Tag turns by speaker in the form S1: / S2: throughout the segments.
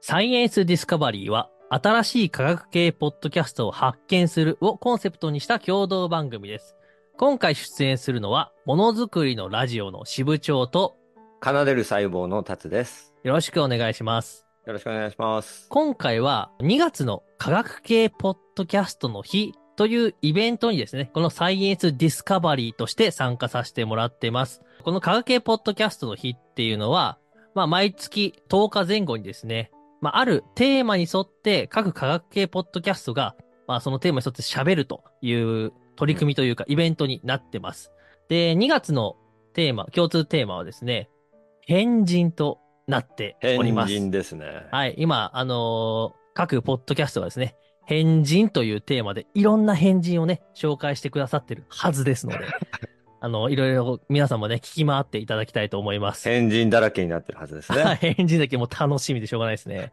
S1: サイエンスディスカバリーは、新しい科学系ポッドキャストを発見するをコンセプトにした共同番組です。今回出演するのは、ものづくりのラジオの支部長と、
S2: 奏でる細胞の達です。
S1: よろしくお願いします。
S2: よろしくお願いします。
S1: 今回は2月の科学系ポッドキャストの日というイベントにですね、このサイエンスディスカバリーとして参加させてもらってます。この科学系ポッドキャストの日っていうのは、まあ毎月10日前後にですね、まああるテーマに沿って各科学系ポッドキャストが、まあそのテーマに沿って喋るという取り組みというかイベントになってます。で、2月のテーマ、共通テーマはですね、変人となっており
S2: 変
S1: ます。
S2: 人ですね。
S1: はい、今、あのー各ポッドキャストがですね、変人というテーマでいろんな変人をね、紹介してくださってるはずですの で、あの、いろいろ皆さんもね、聞き回っていただきたいと思います。
S2: 変人だらけになってるはずです
S1: はい
S2: ね。
S1: 変人だけもう楽しみでしょうがないですね。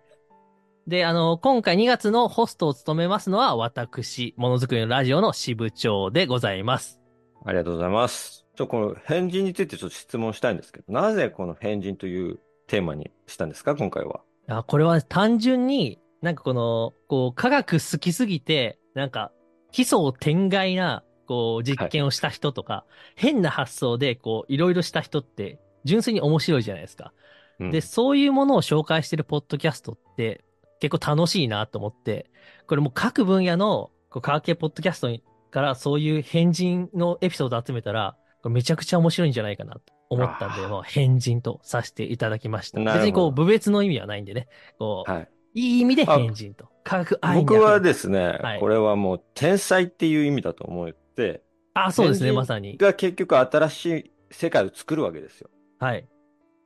S1: で、あの、今回2月のホストを務めますのは、私、ものづくりのラジオの支部長でございます。
S2: ありがとうございます。ちょっとこの変人についてちょっと質問したいんですけど、なぜこの変人というテーマにしたんですか、今回は。
S1: あこれは単純に、なんかこの、こう、科学好きすぎて、なんか、奇想天外な、こう、実験をした人とか、変な発想で、こう、いろいろした人って、純粋に面白いじゃないですか。
S2: うん
S1: で、そういうものを紹介してるポッドキャストって、結構楽しいなと思って、これもう各分野の、こう、科学系ポッドキャストにから、そういう変人のエピソード集めたら、これめちゃくちゃ面白いんじゃないかなと思ったんで、
S2: あー
S1: まあ、変人とさせていただきました。
S2: なるほど
S1: 別にこう、部別の意味はないんでね。こう、
S2: はい、
S1: い、い意味で変人と。科学愛に。
S2: 僕はですすね、
S1: い
S2: これはもう天才っていう意味だと思って、
S1: あ、そうですね、
S2: 変人
S1: まさに。
S2: が結局新しい世界を作るわけですよ。
S1: はい。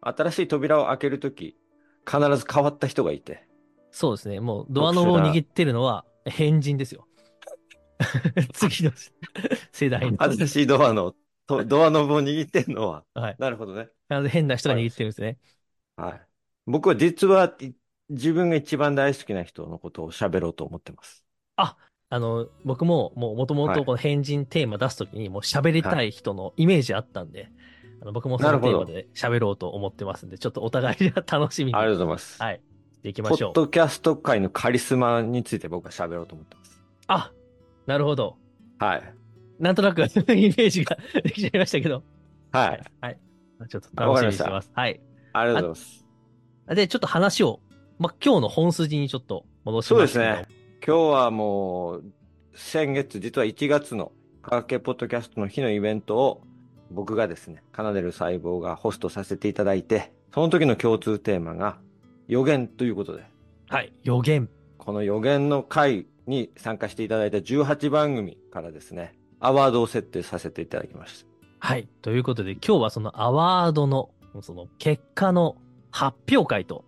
S2: 新しい扉を開けるとき、必ず変わった人がいて、
S1: そうですね。もう、ドアノブを握ってるのは変人ですよ。 次の世代の。
S2: 新しいドアの、とドアノブを握ってんのは、
S1: はい
S2: なるほどね。
S1: あの変な人が握ってるんですね。
S2: はい。僕は実はい自分が一番大好きな人のことを喋ろうと思ってます。
S1: あの、僕も、もう、もとも
S2: は
S1: と
S2: い
S1: この変人テーマ出すときに、もう喋りたい人のイメージあったんで、あの僕もそ
S2: な
S1: の
S2: る
S1: テ
S2: ほ
S1: ーマ
S2: ど
S1: で喋ろうと思ってますんで、ちょっとお互いが楽しみに、
S2: あり
S1: は
S2: がとうございます。
S1: い、していきま
S2: ポ
S1: しょ
S2: ッ
S1: う。
S2: ドキャスト界のカリスマについて僕は喋ろうと思ってます。
S1: あ、なるほど。
S2: はい。
S1: なんとなく イメージができちゃいましたけど、
S2: はい。
S1: はい。ちょっと楽しみにしてます。はい。
S2: ありがとうございます。
S1: で、ちょっと話を、ま、今日の本筋にちょっと戻し
S2: そう
S1: ま
S2: ですす
S1: けど
S2: ね。。今日はもう、先月、実は1月の科学系ポッドキャストの日のイベントを僕がですね、奏でる細胞がホストさせていただいて、その時の共通テーマが予言ということで、
S1: はい。予言。
S2: この予言の会に参加していただいた18番組からですね、アワードを設定させていただきまし
S1: はい。ということで、今日はそのアワードの、その結果の発表会と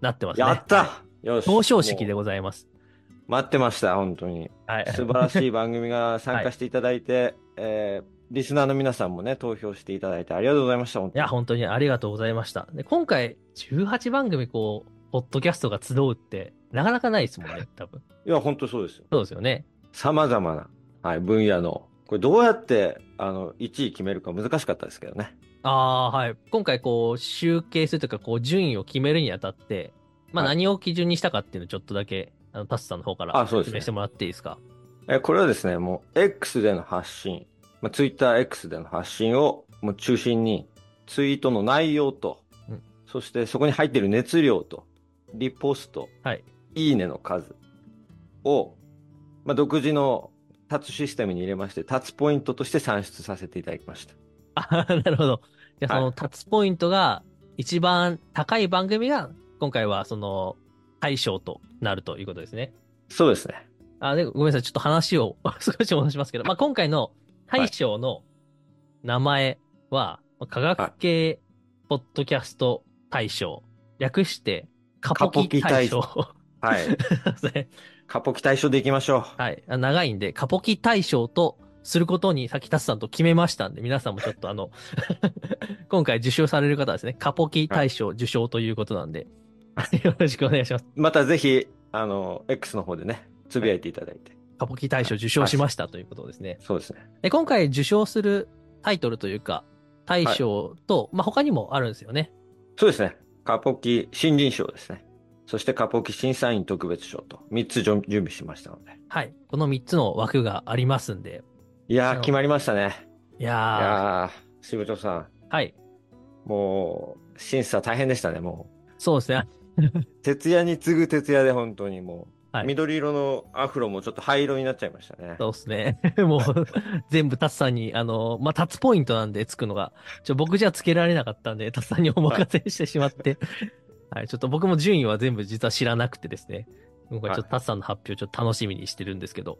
S1: なってま
S2: た。
S1: すね。
S2: やったよし。
S1: 表彰式で
S2: も
S1: ございます。
S2: う待ってました、本当に。
S1: はい。
S2: 素晴らしい番組が参加していただ いて、えーリスナーの皆さんもね、投票していただいてありがとうございました、本
S1: い
S2: 当に
S1: や、本当にありがとうございました。で、今回、18番組、こう、ポッドキャストが集うって、なかなかないですもんね、多分。
S2: いや、本当そうですよ。
S1: そうですよね。
S2: 様々な、はい、分野の、これどうやって、あの、1位決めるか難しかったですけどね。
S1: ああー、はい。今回、こう、集計するというか、こう、順位を決めるにあたって、まあ、
S2: はい
S1: 何を基準にしたかっていうのをちょっとだけ、あの、タスさんの方から
S2: あそうですね
S1: 説明してもらっていいですか。
S2: えーこれはですね、もう X での発信、まあ、TwitterX での発信をもう中心に、ツイートの内容と、
S1: うん
S2: そしてそこに入っている熱量と、リポスト、
S1: はい
S2: いねの数を、まあ、独自のタツシステムに入れまして、タツポイントとして算出させていただきました。
S1: あ ーなるほど。じゃあ、そ
S2: はい
S1: の、タツポイントが、一番高い番組が、今回は、その、対象となるということですね。
S2: そうですね。
S1: あ、で、ごめんなさい。ちょっと話を 少し戻しますけど、まあ、今回の大賞の名前は、まあ科学系ポッドキャスト大賞。略して、カポキ大賞。
S2: はい。
S1: ね
S2: カポキ対象でいきましょう。
S1: はい。あ長いんで、カポキ大賞とすることに、さっきタスさんと決めましたんで、皆さんもちょっとあの、 今回受賞される方はですね、カポキ大賞受賞ということなんで、 よろしくお願いします。
S2: またぜひ、あの、X の方でね、つぶやいていただいて。
S1: カポキ大賞受賞しましたということですね。
S2: そうですね。
S1: で、今回受賞するタイトルというか、大賞と、まあ、他にもあるんですよね。
S2: そうですね。カポキ新人賞ですね。そしてカポキ審査員特別賞と3つじょ準備しましたので。
S1: はい。この3つの枠がありますんで。
S2: いや
S1: そ
S2: ー、
S1: う
S2: 決まりましたね。
S1: い
S2: い
S1: や
S2: やー、支部長さん、
S1: ー。はい。
S2: もう、審査大変でしたね、も
S1: そうですね。
S2: う。徹夜に次ぐ徹夜で本当にもう、
S1: はい
S2: 緑色のアフロもちょっと灰色になっちゃいましたね。
S1: そうですね。 もう、全部タツさんに、あの、まあ、タツポイントなんでつくのが、ちょ、僕じゃつけられなかったんで、タツさんにお任せしてしまって、はい、ちょっと僕も順位は全部実は知らなくてですね、僕はちょっ
S2: は
S1: とタツさんの発表ちょっと楽しみにしてるんですけど、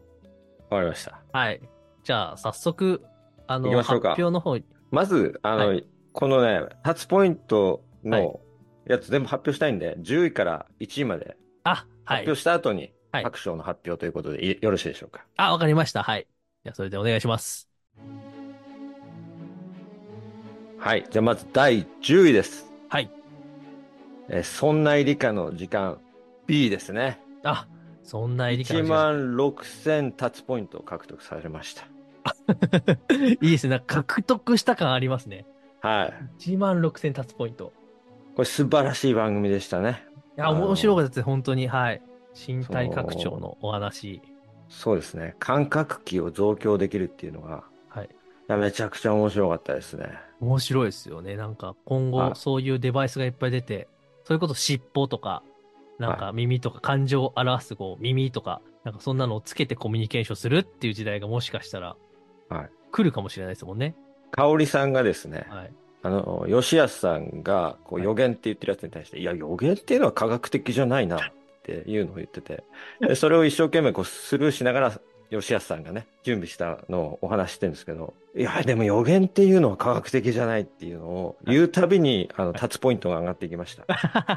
S2: わかりました。
S1: はい。じゃあ、早速、あ
S2: 行き
S1: の、
S2: ましょ
S1: 発
S2: うか
S1: 表の方、
S2: まず、あの、
S1: は
S2: このね、タッチポイント
S1: はい
S2: のやつ全部発表したいんで、10位から1位まで
S1: あ、は
S2: 発
S1: い
S2: 表。した後に、
S1: はい
S2: 各賞の発表ということでいよろしいでしょうか。
S1: あ、わかりました。はい。じゃあ、それでお願いします。
S2: はい。じゃあまず第10位です。
S1: はい。
S2: えー、そんな理科の時間 B ですね。
S1: あ、そんな入り方
S2: 1万6000タッチポイントを獲得されました。
S1: いいですね。なんか獲得した感ありますね。
S2: はい。
S1: 1万6000タツポイント。
S2: これ素晴らしい番組でしたね。
S1: いや、
S2: あの
S1: 面白かったです、本当に。はい。身体拡張のお話。
S2: そうですね。感覚器を増強できるっていうのが、
S1: はい
S2: やめちゃくちゃ面白かったですね。
S1: 面白いですよね。なんか、今
S2: は
S1: 後、
S2: い
S1: そういうデバイスがいっぱい出て、それこそ尻尾とか、なんか耳とか、感情を表す、こう、耳とか、なんかそんなのをつけてコミュニケーションするっていう時代がもしかしたら、
S2: はい
S1: 来るかもしれないですもんね。
S2: 香織さんがですね、
S1: はい。
S2: あの、吉安さんがこう
S1: はい
S2: 予言って言ってるやつに対して、い、や、予言っていうのは科学的じゃないなっていうのを言って て、でそれを一生懸命こうスルーしながら、吉安さんがね、準備したのをお話ししてるんですけど、いや、でも予言っていうのは科学的じゃないっていうのを言うたびに、あの、タッチポイントが上がっていきました。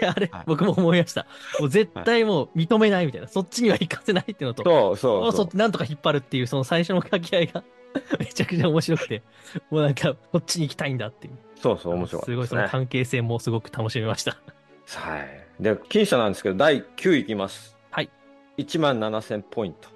S1: いや、あれ、
S2: はい
S1: 僕も思いました。もう絶対もう認めないみたいな、そっちには行かせないっていうのと、
S2: そうそ
S1: そうう
S2: そ。
S1: そうう、なんとか引っ張るっていう、その最初の掛け合いが、 めちゃくちゃ面白くて、もうなんか、こっちに行きたいんだっていう。
S2: そうそう、面白かった
S1: すご
S2: で
S1: い、
S2: す
S1: その
S2: ね。
S1: 関係性もすごく楽しみました。
S2: はい。で、僅差なんですけど、第9位いきます。
S1: はい。
S2: 1万7000ポイント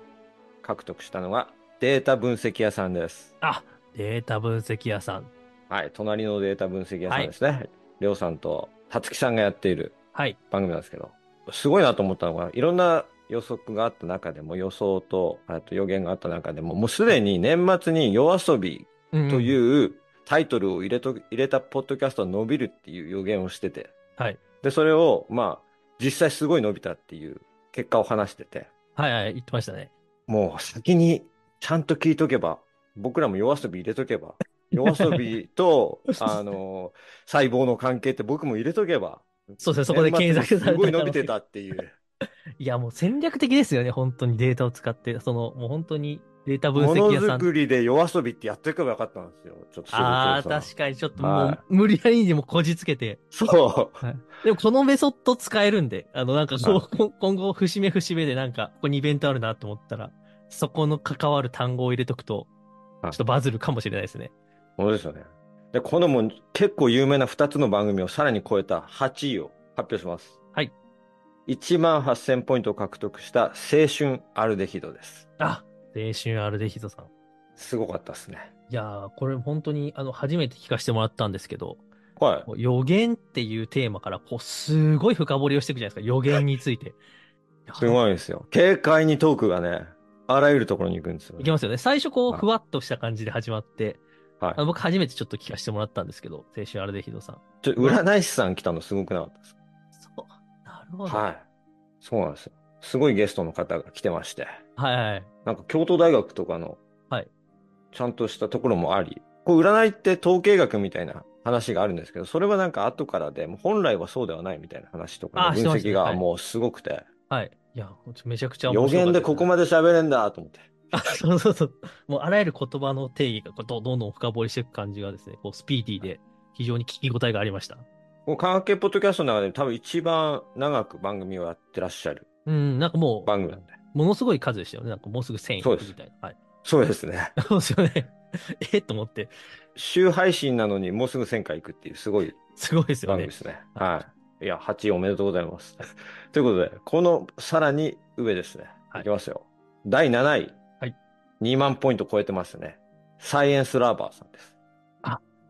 S2: 獲得したのが、データ分析屋さんです。
S1: あ、データ分析屋さん。
S2: はい、隣のデータ分析屋さんですね。りょうさんとたつきさんがやっている
S1: はい。
S2: 番組なんですけど、すごいなと思ったのが、いろんな予測があった中でも、予想と、あと予言があった中でも、もうすでに年末に夜遊び
S1: うん
S2: と
S1: うん。
S2: いうタイトルを入れと、入れたポッドキャストは伸びるっていう予言をしてて、
S1: はい。
S2: で、それを、まあ、実際すごい伸びたっていう結果を話してて、
S1: はいはい、言ってましたね。
S2: もう先にちゃんと聞いとけば、僕らも夜遊び入れとけば、夜遊びと、あの細胞の関係って僕も入れとけば、
S1: そう ですね、そこで検索され
S2: 年末にす
S1: た。
S2: ごい伸びて。たっていう。
S1: いや、もう戦略的ですよね、本当にデータを使って。その、もう本当にデータ分
S2: も
S1: 析
S2: の
S1: 屋さ
S2: づ
S1: ん。
S2: くりで夜遊びってやっていけばよかったんですよ。ちょっと
S1: ああ、
S2: 仕事をさ
S1: 確かに、ちょっとも、
S2: はいう
S1: 無理やりにでもこじつけて。
S2: そう。
S1: でも、このメソッド使えるんで、あの、なんか
S2: は
S1: こう、こ今後、節目節目でなんか、ここにイベントあるなと思ったら、そこの関わる単語を入れとくと、ちょ
S2: は
S1: っ
S2: い
S1: とバズるかもしれないですね。
S2: そうですよね。で、このもう結構有名な2つの番組をさらに超えた8位を発表します。
S1: はい。
S2: 1万8000ポイントを獲得した青春アルデヒドです。
S1: あ、青春アルデヒドさん。
S2: すごかったですね。
S1: いやー、これ本当に、あの、初めて聞かせてもらったんですけど、
S2: はい。
S1: こう予言っていうテーマから、こう、すごい深掘りをしていくじゃないですか、予言について。
S2: す
S1: いや。
S2: ごいですよ。軽快にトークがね、あらゆるところに行くんですよね、
S1: いきますよね。最初、こう、
S2: はい
S1: ふわっとした感じで始まって、
S2: はい
S1: あの僕、初めてちょっと聞かせてもらったんですけど、青春アルデヒドさん。
S2: ちょ占い師さん来たのすごくなかったです
S1: そう。なるほど。
S2: かはい。そうなんですよ。すごいゲストの方が来てまして、
S1: はいはい。
S2: なんか京都大学とかの、
S1: はい
S2: ちゃんとしたところもあり、こう占いって統計学みたいな話があるんですけど、それはなんか後からで、もう本来はそうではないみたいな話とか
S1: あ
S2: の
S1: してま
S2: 分
S1: したね
S2: 析
S1: は
S2: が
S1: い
S2: もうすごくて、
S1: はい。いや、めちゃくちゃ
S2: 予
S1: 面白か
S2: 言
S1: った
S2: でここまで喋れんだと思って。
S1: あ、そうそうそう。もうあらゆる言葉の定義がこうどどんどん深掘りしていく感じがですね、こうスピーディーで非常に聞き応えがありました。
S2: こう科学系ポッドキャストの中で多分一番長く番組をやってらっしゃる
S1: うん、なんかも
S2: 番組なんで。
S1: う、ものすごい数でしたよね。なんかもうすぐ1000
S2: そう
S1: い
S2: で
S1: く
S2: す
S1: みたいな。はい。
S2: そうですね。
S1: そうですよね。 えと思って、
S2: 週配信なのにもうすぐ1000回行くっていうすごい
S1: すごいですよ
S2: 番組
S1: ね
S2: で。すね。
S1: はい
S2: はい。いや、8位おめでとうございます。 ということで、このさらに上ですね。
S1: はい
S2: いきますよ。第7位。
S1: はい。
S2: 2万ポイント超えてますね。サイエンスラバーさんです。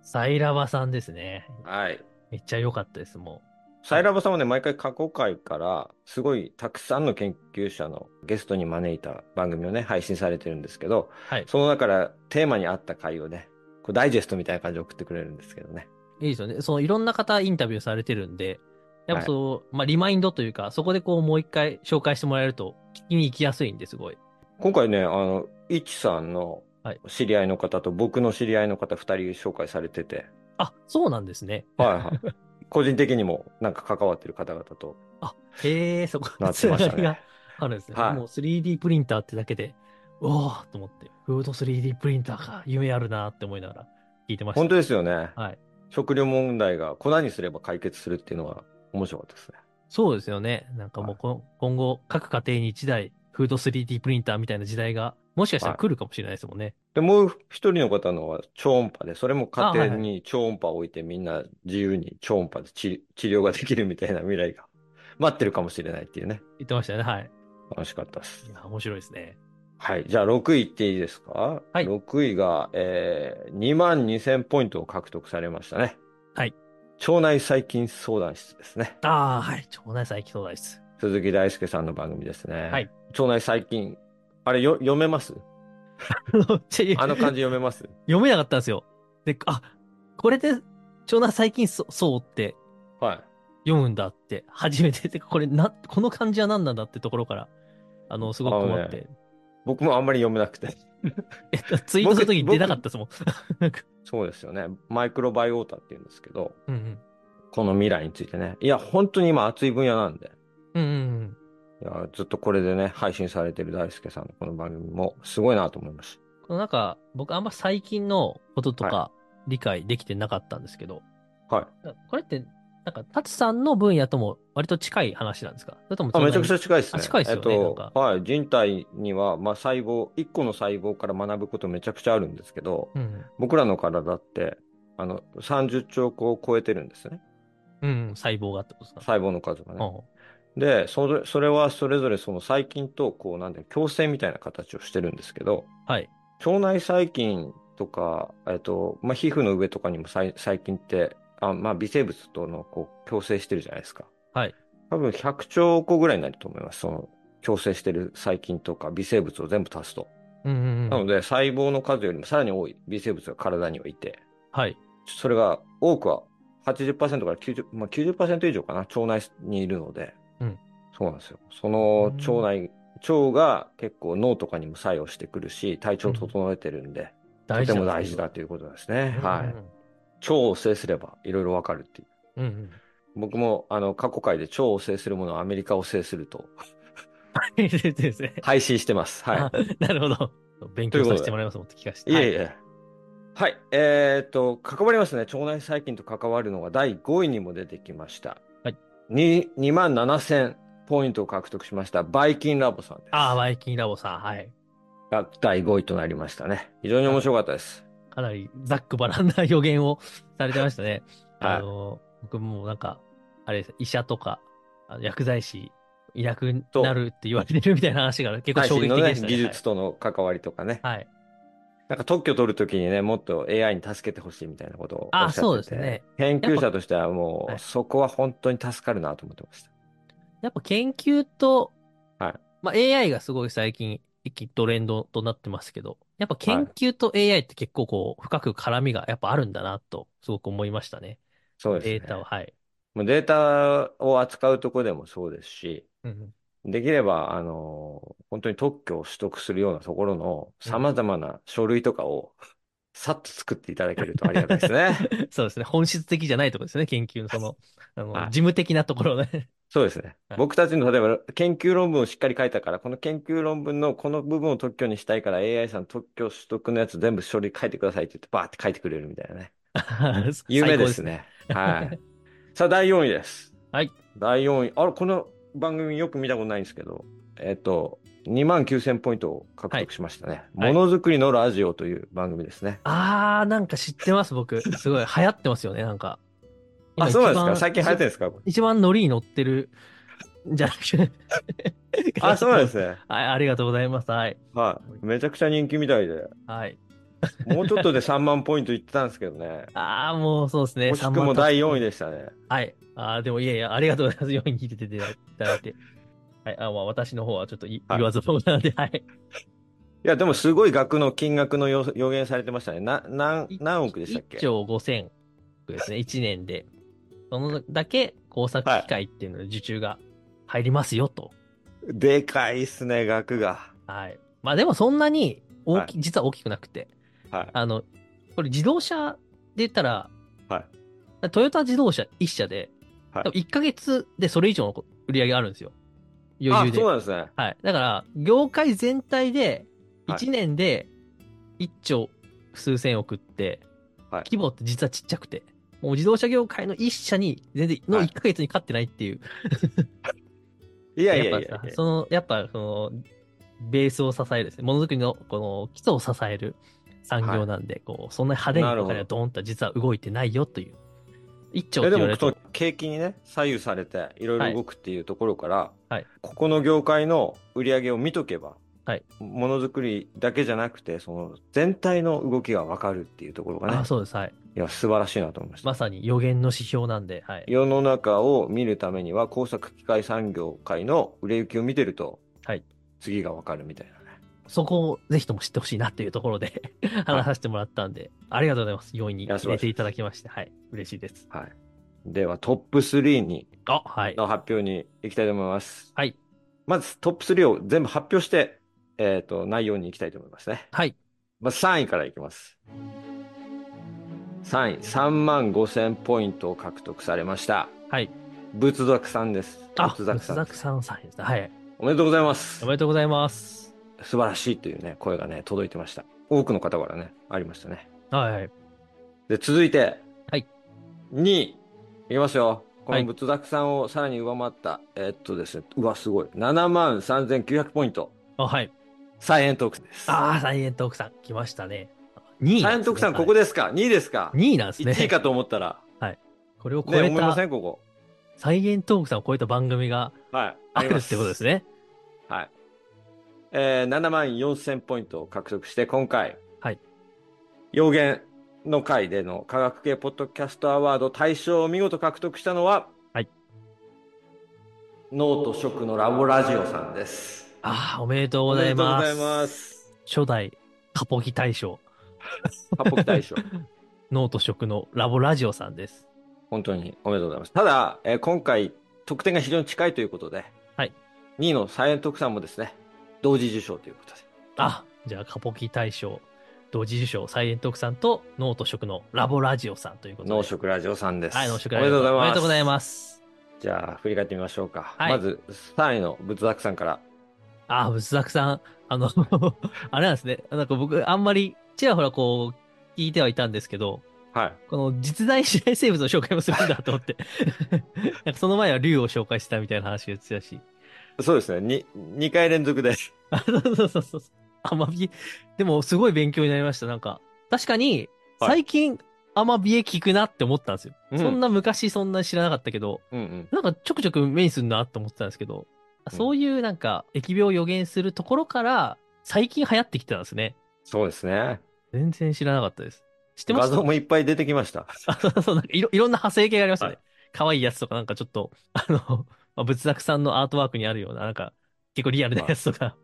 S1: サイラバさんですね。
S2: はい。
S1: めっちゃ良かったです、も
S2: サイラボさんはね、毎回過去回から、すごいたくさんの研究者のゲストに招いた番組をね、配信されてるんですけど、
S1: はい。
S2: その中からテーマに合った回をね、こうダイジェストみたいな感じで送ってくれるんですけどね。
S1: いいですよね。そのいろんな方インタビューされてるんで、やっぱそう、まあリマインドというか、そこでこうもう一回紹介してもらえると聞きに行きやすいんですごい。
S2: 今回ね、あの、いちさんの
S1: はい
S2: 知り合いの方と僕の知り合いの方2人紹介されてて、
S1: あ、そうなんですね。
S2: はいはい。個人的にもなんか関わってる方々と
S1: へえ、そこ
S2: なってましたね。
S1: あるんですね。
S2: はい
S1: もう 3D プリンターってだけで、おおーと思って、フード 3D プリンターか、夢あるなーって思いながら聞いてました。
S2: 本当ですよね。
S1: はい。
S2: 食料問題が粉にすれば解決するっていうのは面白かったですね。
S1: そうですよね。なんかもうこ、今後、各家庭に1台、フード 3D プリンターみたいな時代が、もしかしたら
S2: はい
S1: 来るかもしれないですもんね。
S2: で、もう一人の方のは超音波で、それも家庭に超音波を置いてみんな自由に超音波で治治療ができるみたいな未来が待ってるかもしれないっていうね。
S1: 言ってましたよね。はい。
S2: 楽しかったです
S1: い。や、面白いですね。
S2: はい。じゃあ6位いっていいですか
S1: はい
S2: 6位が、えー、2万2000ポイントを獲得されましたね。
S1: はい。
S2: 腸内細菌相談室ですね。
S1: ああ、はい。腸内細菌相談 室。
S2: 鈴木大輔さんの番組ですね。
S1: はい。腸
S2: 腸内細菌。あれよ、読めますあの漢字読めます
S1: 読めなかったんですよ。で、あ、これで、腸内細菌そそうって
S2: はい。
S1: 読むんだって、初めて、てかこれな、この漢字は何なんだってところから、あの、すごく困って、
S2: 僕もあんまり読めなくて。
S1: えっとツイートするときに出なかったですもん。なんか、
S2: そうですよね。マイクロバイオータって言うんですけど、
S1: うん
S2: この未来についてね。いや、本当に今熱い分野なんで。
S1: うん。うんうんうん。
S2: いや、ずっとこれでね、配信されてる大輔さんのこの番組もすごいなと思いまし
S1: このなんか、僕あんま最近のこととか理解できてなかったんですけど、
S2: た。はい。
S1: これって、なんか、タツさんの分野とも割と近い話なんですかそれとも
S2: あめちゃくち
S1: ゃ。
S2: ゃ近いです
S1: あ
S2: ね。
S1: 近いですよね
S2: えっ
S1: なん
S2: と、はい。人体には、まあ、細胞、一個の細胞から学ぶことめちゃくちゃあるんですけど、
S1: うん
S2: 僕らの体って、あの、30兆個を超えてるんですね。
S1: うん。うん、細胞がってことですか。
S2: 細胞の数が
S1: う
S2: ね。
S1: ん
S2: で、それ、それはそれぞれその細菌と、こう、なんだろう共生みたいな形をしてるんですけど、
S1: はい。
S2: 腸内細菌とか、えっと、まあ、皮膚の上とかにも細細菌って、あまあ、微生物との、こう、共生してるじゃないですか。
S1: はい。
S2: 多分100兆個ぐらいになると思います。その、共生してる細菌とか微生物を全部足すと。
S1: うんうんう。
S2: なんので、細胞の数よりもさらに多い微生物が体にはいて、
S1: はい。
S2: それが多くは80%から90、まあ、90%以上かな、腸内にいるので、
S1: うん
S2: そうなんですよ。その
S1: うん
S2: 腸内、腸が結構脳とかにも作用してくるし、体調を整えてるんで、とても大事だということなんですね。はい。腸を制すればいろいろわかるっていう。
S1: い。うんうん。
S2: 僕もあの過去回で腸を制するものはアメリカを制すると
S1: ですね。
S2: 配信してます。は
S1: あなるほど。勉強させてもらいますもんって聞かせて。
S2: い。いえいえ。はい。えーっと、関わりますね。腸内細菌と関わるのが第5位にも出てきました。
S1: はい。
S2: に2万7000ポイントを獲得しました、バイキンラボさんです。
S1: ああ、バイキンラボさん。はい。
S2: が第5位となりましたね。非常に面白かったです。
S1: かなりざっくばらんな予言をされてましたね。
S2: はい
S1: あの、僕もなんか、あれです医者とか、あの薬剤師、いなくなるって言われてるみたいな話 が結構
S2: 最
S1: 衝
S2: 新
S1: 撃
S2: の
S1: 的
S2: ね、
S1: でしたね。
S2: 技術との関わりとかね。
S1: はい。はい。
S2: なんか特許取るときにね、もっと AI に助けてほしいみたいなことをおっしゃ
S1: あ
S2: ってて
S1: そうですね。
S2: 研究者としてはも、
S1: はいう
S2: そこは本当に助かるなと思ってました。
S1: やっぱ研究と、
S2: はい
S1: まあ AI がすごい最近、一気にトレンドとなってますけど、やっぱ研究と AI って結構こう、深く絡みがやっぱあるんだなと、すごく思いましたね。
S2: そうですね。
S1: データを、はい。
S2: もうデータを扱うとこでもそうですし、
S1: うん
S2: できれば、あの、本当に特許を取得するようなところの様々な書類とかを、さっと作っていただけるとありがたいですね。
S1: そうですね。本質的じゃないところですね。研究のその、あの、
S2: はい
S1: 事務的なところね。
S2: そうですね
S1: はい。
S2: 僕たちの、例えば、研究論文をしっかり書いたから、この研究論文のこの部分を特許にしたいから、AI さん特許取得のやつ全部書類書いてくださいって言って、バーって書いてくれるみたいなね。有名
S1: 最高
S2: です。ね。はい。さあ、第4位です。
S1: はい。
S2: 第4位。あれ、この番組よく見たことないんですけど、えっと、2万9000ポイントを獲得しましたね。
S1: はい
S2: ものづくりのラジオという番組ですね。
S1: あー、なんか知ってます、僕。すごい流行ってますよね、なんか。
S2: あ、そうなんです
S1: 今
S2: か
S1: 一
S2: 最近流行ってるんですか
S1: 番一番ノリに乗ってる、じゃなくて。
S2: あ、そうなんですね。
S1: はい、ありがとうございます。はい。
S2: はい。めちゃくちゃ人気みたいで、
S1: はい。
S2: もうちょっとで3万ポイントいってたんですけどね。
S1: ああ、もうそうですね。
S2: 惜しくも第4位
S1: で。
S2: でしたね。
S1: はい。ああ、でもいやいや、ありがとうございます。4位に入れていただいて。はい。あまあ、私の方はちょっとい
S2: はい
S1: 言わずもがなので、はい。
S2: いや、でもすごい額の金額の予予言されてましたね。な、何、何億でしたっけ
S1: 1兆5000億です ね。1年で。そのだけ工作機械っていうので受注が入りますよと。
S2: でかいっすね、額が。
S1: はい。まあでもそんなに大き、、
S2: はい
S1: 実は大きくなくて。
S2: はい。
S1: あの、これ自動車で言ったら、。
S2: はい
S1: トヨタ自動車1社で、
S2: はい
S1: 多分1ヶ月でそれ以上の売り上げあるんですよ。
S2: あ
S1: 余裕、で。
S2: そうなんですね。
S1: はい。だから、業界全体で、
S2: はい
S1: 1年で1兆数千億って、
S2: はい
S1: 規模って実はちっちゃくて、もう自動車業界の1社に、全然、の
S2: はい
S1: 1ヶ月に勝ってないっていう。
S2: いやいやいや
S1: っ
S2: い
S1: ぱ
S2: や
S1: さその、やっぱ、その、ベースを支えるですね。ものづくりの、この、基礎を支える産業なんで、こう、そんな派手に
S2: なる
S1: お
S2: ほど
S1: 金はドーンと実は動いてないよという。1兆っ
S2: え
S1: て言わ
S2: で
S1: れ
S2: も
S1: る
S2: そ
S1: と
S2: の、景気にね左右されていろいろ動くっていうところから、
S1: はい
S2: ここの業界の売り上げを見とけば、
S1: はい
S2: ものづくりだけじゃなくてその全体の動きが分かるっていうところがね
S1: あ、そうです。はい。
S2: いや素晴らしいなと思いました、
S1: まさに予言の指標なんで、はい。
S2: 世の中を見るためには工作機械産業界の売れ行きを見てると、
S1: はい
S2: 次が分かるみたいなね
S1: そこをぜひとも知ってほしいなっていうところで話させてもらったんで、ありがとうございます。4位に
S2: いや素
S1: 入れ
S2: 晴らしい
S1: ていただきまして、はい。嬉しいです。
S2: はいではトップ3に
S1: あ、はい。
S2: の発表にいきたいと思います
S1: はい。
S2: まずトップ3を全部発表して、えー、と内容にいきたいと思いますね
S1: はい。
S2: まあ、3位からいきます。3位、3万5000ポイントを獲得されました。
S1: はい。
S2: 仏作さんです。
S1: あ、
S2: 仏作さん。
S1: さんさんですね。はい。
S2: おめでとうございます
S1: お。めでとうございます。
S2: 素晴らしいというね、声がね、届いてました。多くの方からね、ありましたね。
S1: はい。
S2: で、続いて、
S1: はい。
S2: 2位、いきますよ。こ
S1: はい
S2: の仏作さんをさらに上回った、えーっとですね、うわ、すごい。7万3900ポイント。
S1: あ、はい。
S2: サイエントークスです。
S1: あー、サイエントークさん来ましたね。2位
S2: サイエントークさん、ここ
S1: で。
S2: ですか ?2 位ですか
S1: 2位なんですね。
S2: ?1 位かと思ったら。
S1: これを超
S2: ね、
S1: え
S2: 思いま
S1: た、
S2: せん、ここ。
S1: サイエントークさんを超えた番組が
S2: はい。
S1: あるってことですね。
S2: はい。えー、7万4000ポイントを獲得して、今回、
S1: はい。
S2: 要言の回での科学系ポッドキャストアワード大賞を見事獲得したのは、
S1: はい。
S2: 脳と食のラボラジオさんです。
S1: あー、おめでとうございます。
S2: おめでとうございます。
S1: 初代カポギ大賞、
S2: カポキ大賞。
S1: ノート食のラボラジオさんです。
S2: 本当におめでとうございます。ただ、えー今回、得点が非常に近いということで、
S1: はい。
S2: 2位のサイエントクさんもですね、同時受賞ということで。
S1: あ、じゃあ、カポキ大賞、同時受賞、サイエントークさんと、脳と食のラボラジオさんということで。
S2: 脳食ラジオさんです。
S1: はい、脳食
S2: おめでとうございま
S1: お
S2: す。
S1: めでとうございます。
S2: じゃあ、振り返ってみましょうか。
S1: はい
S2: まず、3位の仏作さんから。
S1: あ、仏作さん、あの、 あれなんですね。なんか僕、あんまり、ちらほらこう、聞いてはいたんですけど、
S2: はい。
S1: この実在しない生物の紹介もするんだと思って。 なんかその前は竜を紹介してたみたいな話が言ってたし。
S2: そうですね。2、2回連続で。
S1: あそうそうそうそう。アマビエ、でもすごい勉強になりました。なんか、確かに、
S2: はい
S1: 最近、アマビエ聞くなって思ったんですよ。
S2: うん
S1: そんな昔そんな知らなかったけど、
S2: うんうん。
S1: なんかちょくちょく目にするなと思ってたんですけど、
S2: うん
S1: そういうなんか疫病を予言するところから最近流行ってきてたんですね。
S2: そうですね。
S1: 全然知らなかったです。知ってま
S2: 画
S1: した
S2: 像もいっぱい出てきました。
S1: あそうそうなんかいろいろんな派生系がありましたね。
S2: はい
S1: 可愛いやつとかなんかちょっと、あの、 まあ、仏作さんのアートワークにあるような、なんか結構リアルなやつとか。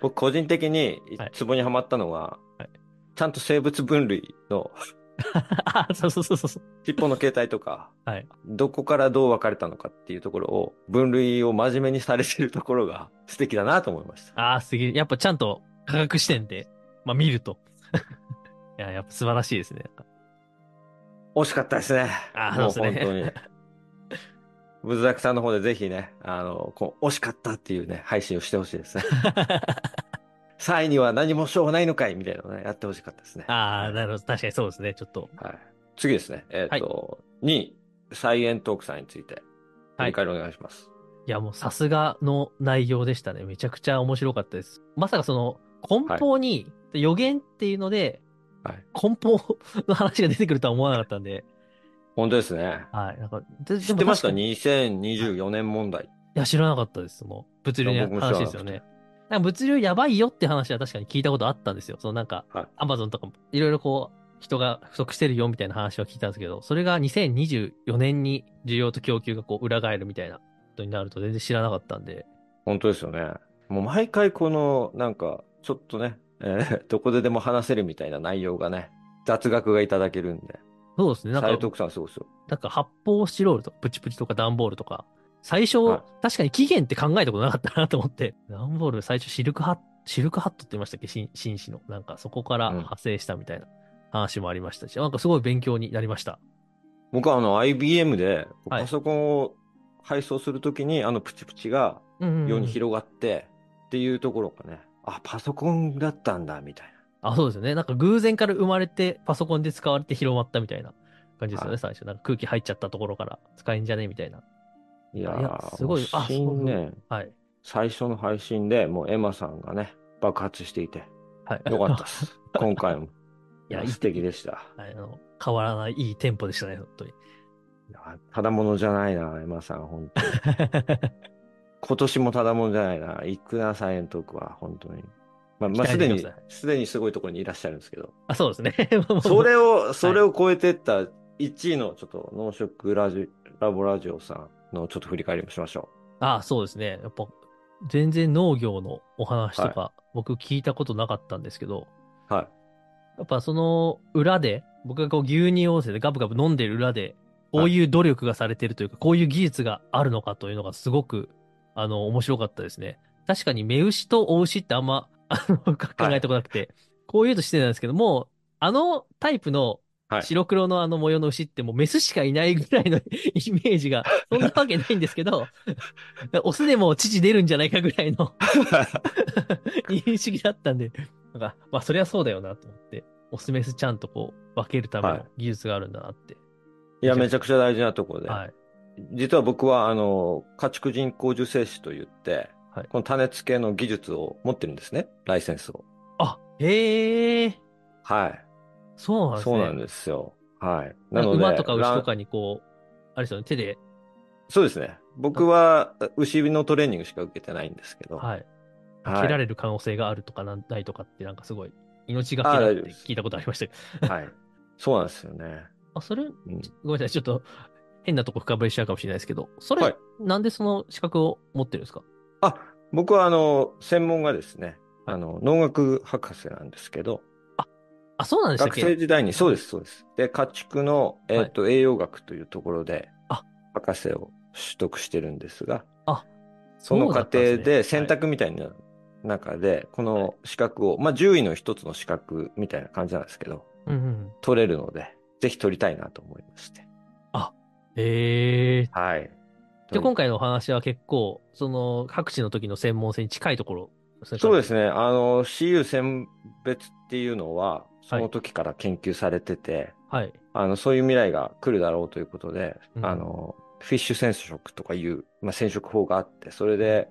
S2: 僕、個人的に
S1: はい、
S2: ツボにはまったのは、
S1: はい
S2: ちゃんと生物分類の
S1: あ、 そうそうそうそう。
S2: 尻尾の形態とか、
S1: はい
S2: どこからどう分かれたのかっていうところを、分類を真面目にされてるところが素敵だなと思いました。
S1: ああ、すげえ。やっぱちゃんと科学視点で、まあ見ると。 いや、やっぱ素晴らしいですね。
S2: 惜しかったですね。
S1: あー
S2: も
S1: そうですね
S2: 本当に。仏作さんの方でぜひね、あの、こう惜しかったっていうね、配信をしてほしいで すね。3位には何もしょうがないのかいみたいなのね、やってほしかったですね。
S1: ああ、なるほど。確かにそうですね。ちょっと。
S2: はい、次ですね。えっ、と、2位、サイエントークさんについて、振り返りお願いします。
S1: いや、もうさすがの内容でしたね。めちゃくちゃ面白かったです。まさかその根本に、予言っていうので、
S2: はい
S1: 根本の話が出てくるとは思わなかったんで。
S2: 本当ですね。
S1: はい。なんか、で
S2: 知ってまし
S1: でも確
S2: た
S1: かにい
S2: ?2024 年問題。
S1: や、知らなかったです。その物流
S2: いや
S1: の
S2: 僕も知ら
S1: 話
S2: な
S1: で
S2: かっ
S1: す
S2: た
S1: よね。なんか物流やばいよって話は確かに聞いたことあったんですよ。そのなんか
S2: はい、
S1: アマゾンとかもいろいろこう、人が不足してるよみたいな話は聞いたんですけど、それが2024年に需要と供給がこう裏返るみたいなことになると全然知らなかったんで、
S2: 本当ですよね。もう毎回この、なんか、ちょっとね、えーどこででも話せるみたいな内容がね、雑学がいただけるんで、
S1: そうですね。なん
S2: 斉
S1: か
S2: 藤さんすごいですよ。
S1: なんか発泡スチロールとかプチプチとか段ボールとか、最初、
S2: はい
S1: 確かに期限って考えたことなかったなと思って、 段ボール最初シルクハット、シルクハットって言いましたっけ紳紳士の。なんかそこから
S2: うん
S1: 派生したみたいな話もありましたし、なんかすごい勉強になりました。
S2: 僕はあの IBM で
S1: はい
S2: パソコンを配送するときに、あのプチプチが
S1: うんうんうん
S2: 世に広がってっていうところがね、あ、パソコンだったんだみたい
S1: あ、そうですよね。なんか偶然から生まれて、パソコンで使われて広まったみたいな感じですよね、
S2: はい
S1: 最初。なんか空気入っちゃったところから使えんじゃねみたいな。
S2: な。いや
S1: いや
S2: ー、
S1: すごいあ
S2: あ、新ね、
S1: はい。
S2: 最初の配信でもうエマさんがね、爆発して いて、
S1: はい。
S2: よかったっす。今回も。い
S1: いや
S2: や、
S1: いい
S2: 素敵でした。
S1: はい。あの、変わらないいいテンポでしたね、本当に。
S2: いやただものじゃないな、エマさん、本当に今年もただものじゃないな、イクナサイエントークは、本当に。まあ、まあ、
S1: 期待
S2: すで
S1: でき
S2: に
S1: ますね、
S2: すでにすごいところにいらっしゃるんですけど、
S1: あ、そうですね。
S2: それを、それを超えてった1位のちょっと農食ラジラボラジオさんのちょっと振り返りもしましょ
S1: ああ、そうですね。やっぱ、全然農業のお話とか、僕聞いたことなかったんですけど、
S2: う。はい。
S1: やっぱその裏で、僕がこう牛乳温泉でガブガブ飲んでる裏で、こ
S2: はいう
S1: いう努力がされてるというか、こういう技術があるのかというのがすごく、あの、面白かったですね。確かに、目牛とお牛ってあんま、あの、考えたことなくて、こういうとしてなんですけども、あのタイプの
S2: はい
S1: 白黒のあの模様の牛ってもうメスしかいないぐらいの イメージが、そんなわけないんですけ ど、オスでも乳出るんじゃないかぐらいの認識だったんで、なんか、まあそりゃそうだよなと思って、オスメスちゃんとこう分けるため
S2: は
S1: の
S2: い
S1: 技術があるんだなって。
S2: いや、めちゃくちゃ大事なところで。
S1: はい。
S2: 実は僕は、あの、家畜人工授精師と言って、
S1: はい
S2: この種付けの技術を持ってるんですね。ライセンスを。
S1: あ、へえ、
S2: はい。
S1: そうなんですね。
S2: そうなんですよ。はい。
S1: な
S2: なん
S1: か
S2: ので、
S1: 馬とか牛と
S2: ラン
S1: かにこう、あれですよね、手で、
S2: そうですね。僕は牛のトレーニングしか受けてないんですけど、
S1: はい。
S2: はい
S1: 蹴られる可能性があるとかなんないとかって、なんかすごい、命がけだっ
S2: あ
S1: て
S2: 大丈夫です
S1: 聞いたことありましたけど。
S2: はい。そうなんですよね。
S1: あ、それ、
S2: うん
S1: ごめんなさい、ちょっと変なとこ深掘りしちゃうかもしれないですけど、それ、
S2: はい
S1: なんでその資格を持ってるんですか
S2: あ、僕はあの、専門がですね、あの、農学博士なんですけど、
S1: あ、そうなんでしたっ
S2: 学生
S1: け
S2: 時代に、そうです、そうです。で、家畜の、えっ、と、栄養学というところで、
S1: あ
S2: 博士を取得してるんですが、
S1: あ
S2: その
S1: そうだ
S2: 過
S1: ったんですね
S2: 程で選択みたいな中で、この資格を、まあ、10位の一つの資格みたいな感じなんですけど、
S1: うんうん。
S2: 取れるので、ぜひ取りたいなと思いまして。
S1: ええ
S2: はい。
S1: で、今回のお話は結構、その、各地の時の専門性に近いところですね。
S2: そうですね。あの、CU 選別っていうのは、その時から研究されてて、
S1: はい。
S2: あの、そういう未来が来るだろうということで、
S1: うん
S2: あの、フィッシュ染色とかいう、まあ、染色法があって、それで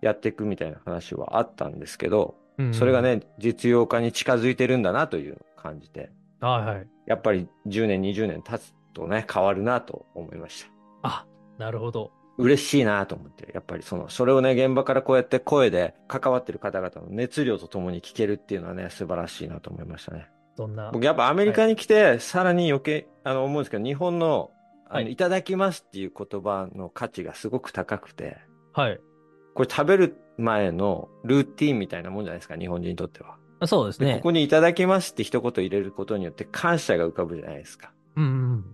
S2: やっていくみたいな話はあったんですけど、
S1: うんうん
S2: それが。ね、実用化に近づいてるんだなというのを感じて、
S1: はいはい。
S2: やっぱり10年、20年経つとね、変わるなと思いました。
S1: あ、なるほど。
S2: 嬉しいなと思って、やっぱりその、それをね、現場からこうやって声で関わってる方々の熱量とともに聞けるっていうのはね、素晴らしいなと思いましたね。
S1: そんな。
S2: 僕やっぱアメリカに来て、さらに余計、あの、思うんですけど、日本の、あ
S1: は
S2: の、
S1: い
S2: いただきますっていう言葉の価値がすごく高くて、
S1: はい。
S2: これ食べる前のルーティンみたいなもんじゃないですか、日本人にとっては。
S1: そうです
S2: で
S1: ね。
S2: ここにいただきますって一言入れることによって感謝が浮かぶじゃないですか。
S1: うんうんうん。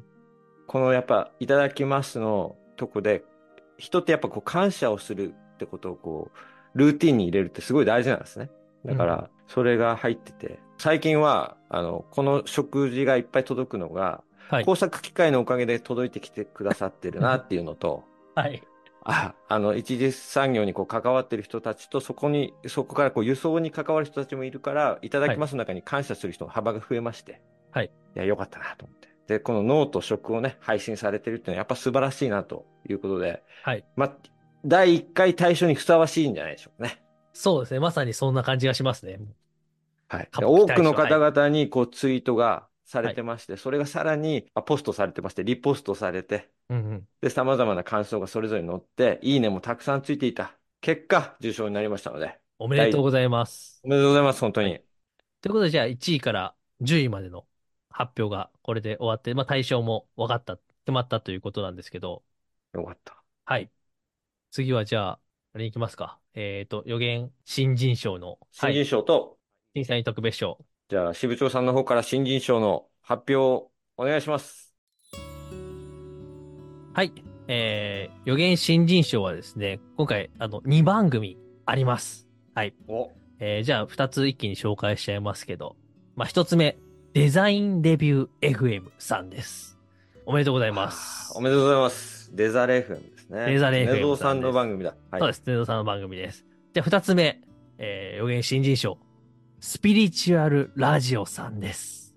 S2: このやっぱ、いただきますのとこで、人ってやっぱこう感謝をするってことをこう、ルーティンに入れるってすごい大事なんですね。だか
S1: うん
S2: ら、それが入ってて、最近は、あの、この食事がいっぱい届くのが、
S1: はい。
S2: 工作機械のおかげで届いてきてくださってるなっていう のと、
S1: はい。
S2: ああの、一次産業にこう関わってる人たちと、そこに、そこからこう輸送に関わる人たちもいるから、いただきますの中に感謝する人の幅が増えまして、
S1: はい。
S2: いや、よかったなと思って。で、この脳と食をね、配信されてるっていうのはやっぱ素晴らしいなということで、
S1: はい。
S2: まあ、第1回対象にふさわしいんじゃないでしょうかね。
S1: そうですね。まさにそんな感じがしますね。
S2: はい。
S1: 歌
S2: で
S1: 舞伎
S2: 多
S1: 大
S2: くの
S1: 賞はい
S2: 方々にこうツイートがされてまして、それがさらにあポストされてまして、リポストされて、
S1: うんうん。
S2: で、様々な感想がそれぞれ載って、いいねもたくさんついていた。結果、受賞になりましたので、
S1: おめでとうございます。
S2: おめでとうございます、本当に。
S1: ということで、じゃあ1位から10位までの発表がこれで終わって、まあ対象も分かった、決まったということなんですけど、
S2: よかった。
S1: はい。次はじゃあ、あれに行きますか。えっと、予言新人賞の、は
S2: 新
S1: い
S2: 人、賞と、
S1: 審査員特別賞。
S2: じゃあ、支部長さんの方から新人賞の発表をお願いします。
S1: はい。えー、予言新人賞はですね、今回、あの、2番組あります。
S2: お、
S1: えーじゃあ、2つ一気に紹介しちゃいますけど、まあ、1つ目、デザインレビュー FM さんです。おめでとうございます。
S2: おめでとうございます。デザレーフンですね。
S1: デザレーフン
S2: ネゾウさ
S1: さ
S2: ん
S1: んで
S2: の
S1: す
S2: 番組だ。はい。
S1: そうです。テドさんの番組です。じゃあ、二つ目、えー、予言新人賞、スピリチュアルラジオさんです。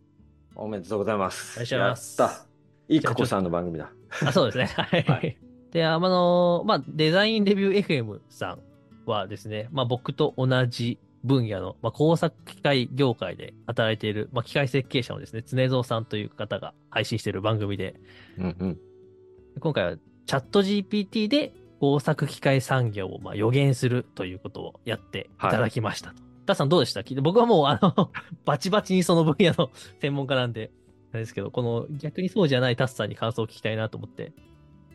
S2: おめでとうございま
S1: お
S2: す。
S1: 願いします。
S2: やった。いくこさんの番組だ。
S1: あ、そうですね。 はい。
S2: は
S1: で、あまあのまあ、デザインレビュー FM さんはですね、まあ、僕と同じ分野の、まあ、工作機械業界で働いている、まあ、機械設計者のですね、常蔵さんという方が配信している番組で、
S2: うんうん。
S1: 今回はチャット GPT で工作機械産業をまあ予言するということをやっていただきましたと。ダさんどうでした聞いて僕はもうあの、 バチバチにその分野の専門家なんで、あれですけど、この逆にそうじゃないタスさんに感想を聞きたいなと思って。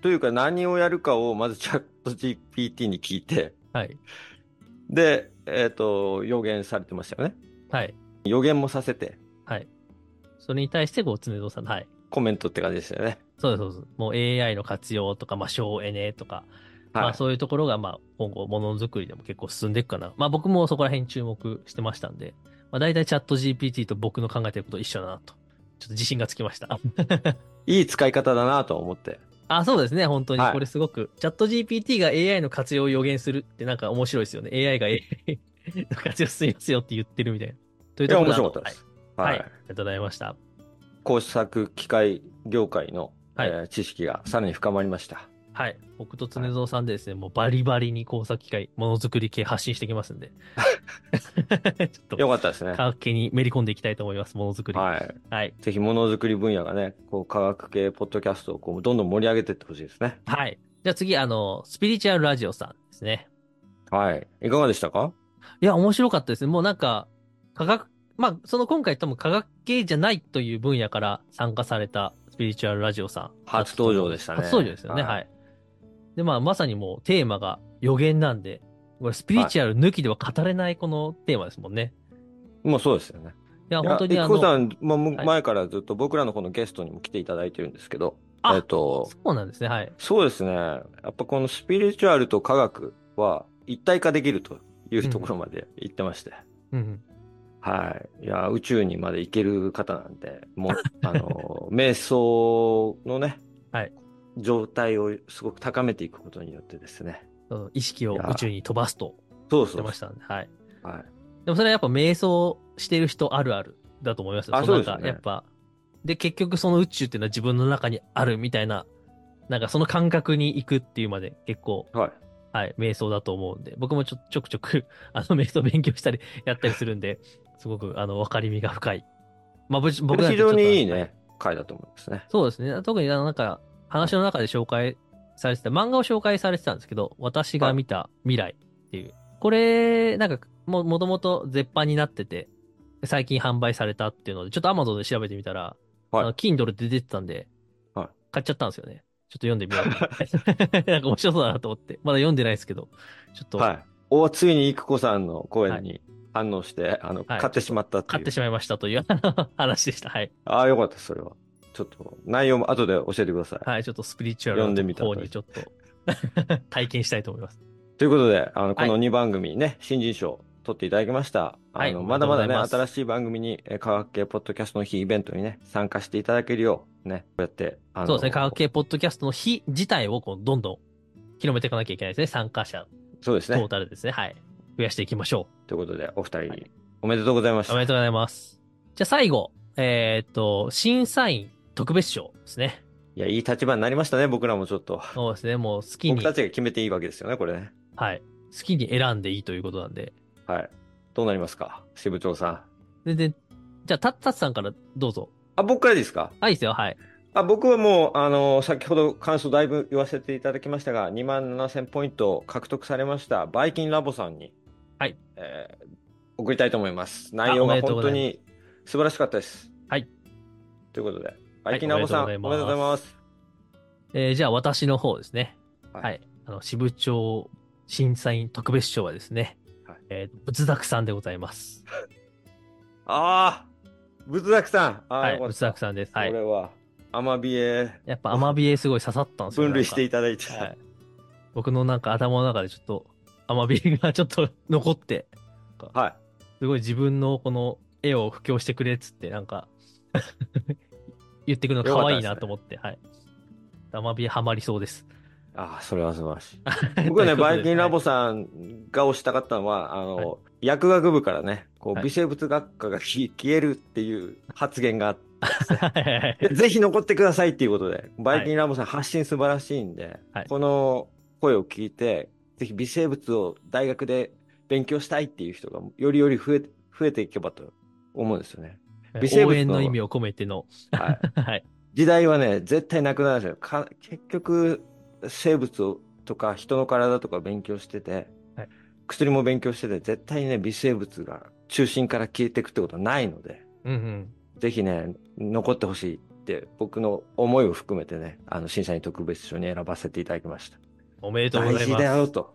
S2: というか、何をやるかをまずチャット GPT に聞いて、
S1: はい。
S2: で、えっ、と、予言されてましたよね。
S1: はい。
S2: 予言もさせて、
S1: それに対して、こう、常蔵さん、はい。
S2: コメントって感じでしたよね。
S1: そうです、そうです。もう AI の活用とか、まあ、省エネとか、ま
S2: は
S1: あ、
S2: い。
S1: そういうところが、まあ、今後、ものづくりでも結構進んでいくかな。まあ、僕もそこら辺注目してましたんで、まあ、大体チャット GPT と僕の考えてること一緒だなと。ちょっと自信がつきま した。
S2: いい使い方だなと思って。
S1: あ、そうですね、本当に。
S2: はい
S1: これすごく、チャット GPT が AI の活用を予言するってなんか面白いですよね。AI が AI の活用しますよって言ってるみたいな。という
S2: い
S1: と
S2: や、
S1: ころ
S2: 面
S1: だと
S2: 白かったです。
S1: は。
S2: はいい。
S1: はい。ありがとうございました。
S2: 工作機械業界の、
S1: はい
S2: えー知識がさらに深まりました。
S1: はい。僕と常蔵さんでですね、もうバリバリに工作機械、ものづくり系発信してきますん で。ちょっと、
S2: よかったですね
S1: 科。学系にめり込んでいきたいと思います、ものづくり。
S2: はい。
S1: はい。
S2: ぜひものづくり分野がね、こう科学系ポッドキャストをこうどんどん盛り上げていってほしいですね。
S1: はい。じゃあ次、あの、スピリチュアルラジオさんですね。
S2: はい。いかがでしたか
S1: いや、面白かったですね。もうなんか、科学、まあ、その今回多分科学系じゃないという分野から参加されたスピリチュアルラジオさん。
S2: 初登場でしたね
S1: 初登場ですよね、
S2: はい
S1: はい。で、まあ、まさにもうテーマが予言なんで、これスピリチュアル抜きでは語れないこのテーマですもんね。
S2: もうそうですよね。
S1: いや、
S2: いや
S1: 本当にあ
S2: いくこ
S1: の、
S2: さん、まあむ
S1: はい
S2: 前からずっと僕らのこのゲストにも来ていただいてるんですけど、
S1: あ
S2: えっと
S1: そ、うなんですね、はい。
S2: そうですね。やっぱこのスピリチュアルと科学は一体化できるというところまで行ってまして。
S1: うん
S2: はい。いや、宇宙にまで行ける方なんで、もう、あの、瞑想のね、
S1: はい
S2: 状態をすごく高めていくことによってですね。
S1: うん。その意識を
S2: いや
S1: 宇宙に飛ばすと
S2: そ
S1: 言
S2: う
S1: っ
S2: そ
S1: て
S2: う
S1: ましたんで、はい。
S2: はい。
S1: でもそれはやっぱ瞑想してる人あるあるだと思いますよ。
S2: あ
S1: の
S2: そ
S1: な
S2: う
S1: ん
S2: です
S1: か
S2: よね
S1: やっぱ。で、結局その宇宙っていうのは自分の中にあるみたいな、なんかその感覚に行くっていうまで結構、
S2: はい。
S1: はい、瞑想だと思うんで、僕もちょちょくちょく、あの、瞑想勉強したり、やったりするんで、すごく、あの、分かりみが深い。まあ、ぶち
S2: こ
S1: 僕
S2: れ
S1: なん
S2: 非
S1: てちょっ
S2: 常
S1: と
S2: にいいね、回だと思いますね。
S1: そうですね。特にあのなんか、話の中で紹介されてた、漫画を紹介されてたんですけど、私が見た未来っていう。これ、なんか、も、もともと絶版になってて、最近販売されたっていうので、ちょっと Amazon で調べてみたら、
S2: はい
S1: あの Kindle で出てたんで、
S2: はい
S1: 買っちゃったんですよね。ちょっと読んでみよう。なんか面白そうだなと思って。まだ読んでないですけど、ちょっと
S2: はい。おついにいくこさんの声に反応して、あの、
S1: はい
S2: 買ってしまったって
S1: 買っ
S2: いう
S1: て。しまいましたという 話でした。はい。
S2: ああ、よかった、それは。ちょっと、内容も後で教えてください。
S1: はい、ちょっとスピリチュアル
S2: 読んで
S1: の
S2: みた
S1: 方にちょっと 体験したいと思います。
S2: ということで、あの、この2番組ね、新人賞取っていただきました。
S1: はい
S2: あの、
S1: おめ
S2: ま
S1: でと
S2: だ
S1: うござ
S2: まだ
S1: い
S2: ね、
S1: ます
S2: 新しい番組に、えー科学系ポッドキャストの日イベントにね、参加していただけるよう、ね、こうやって、あの、
S1: そうですね。科学系ポッドキャストの日自体をこうどんどん広めていかなきゃいけないですね。参加者、
S2: そうです
S1: トー
S2: ね。
S1: タルですね。はい。増やしていきましょ
S2: ということで、お二人
S1: はい
S2: におめでとうございまし
S1: う。
S2: た。
S1: おめでとうございます。じゃあ最後、えーっと、審査員特別賞ですね。
S2: いや、いい立場になりましたね、僕らもちょっと。
S1: そうですね。もう好きに
S2: 僕、たちが決めていいわけですよね、これね。
S1: はい。好きに選んでいいということなんで。
S2: はい。どうなりますか、支部長さん。
S1: 全然、じゃあ、タッタッさんからどうぞ。
S2: あ、僕からですか
S1: あ、いいですよ。はい。
S2: あ僕はもう、あの、先ほど感想だいぶ言わせていただきましたが、2万7000ポイント獲得されました、バイキンラボさんに、
S1: はい
S2: えー送りたいと思います。内容が本当に素晴らしかったです。
S1: はい。
S2: ということで、
S1: い
S2: アイキナオさん、お
S1: お
S2: め
S1: め
S2: で
S1: で
S2: と
S1: と
S2: う
S1: う
S2: ご
S1: ござい
S2: ざいます。
S1: えーじゃあ私の方ですね。
S2: は
S1: はいい。あの、支部長審査員特別賞はですね、
S2: はい
S1: えー、仏作さんでございます。
S2: ああ仏作さんあー
S1: は
S2: よ
S1: い。
S2: かった
S1: 仏作さんです。は
S2: こ
S1: い。
S2: れは、アマビエ
S1: やっぱアマビエすごい刺さったんですよ
S2: 分類してい
S1: た。
S2: ただいて、
S1: はい。僕のなんか頭の中でちょっと、アマビエがちょっと残って、
S2: はい。
S1: すごい自分のこの絵を布教してくれっつって、なんか、 言ってくるの可愛いなと思って、はい。アマビエハマりそうです。
S2: ああ、それは素晴らしい。 僕は
S1: とい
S2: ね、
S1: うこと
S2: バ
S1: で
S2: イキンラボさんが推したかったのは、あの、薬学部からね、こう、
S1: はい
S2: 微生物学科 が消え消えるっていう発言があって、
S1: はいはいはい
S2: でぜひ残ってくださいっていうことで、バイキンラボさん発信素晴らしいんで、
S1: はい
S2: この声を聞いて、ぜひ微生物を大学で勉強したいっていう人がよりより増えて増えていけばと思うんで すよね。微生物の
S1: 応援の意味を込めての、
S2: はい、
S1: はい。
S2: 時代はね、絶対なくなるんですよ。か結局、生物をとか人の体とか勉強してて、
S1: はい
S2: 薬も勉強してて、絶対ね、微生物が中心から消えていくってことはないので、
S1: うんうん。
S2: ぜひね、残ってほしいって、僕の思いを含めてね、あの、審査員特別賞に選ばせていただきました。
S1: おめでとうご
S2: 大
S1: ざい
S2: 事
S1: ます。
S2: だよと。。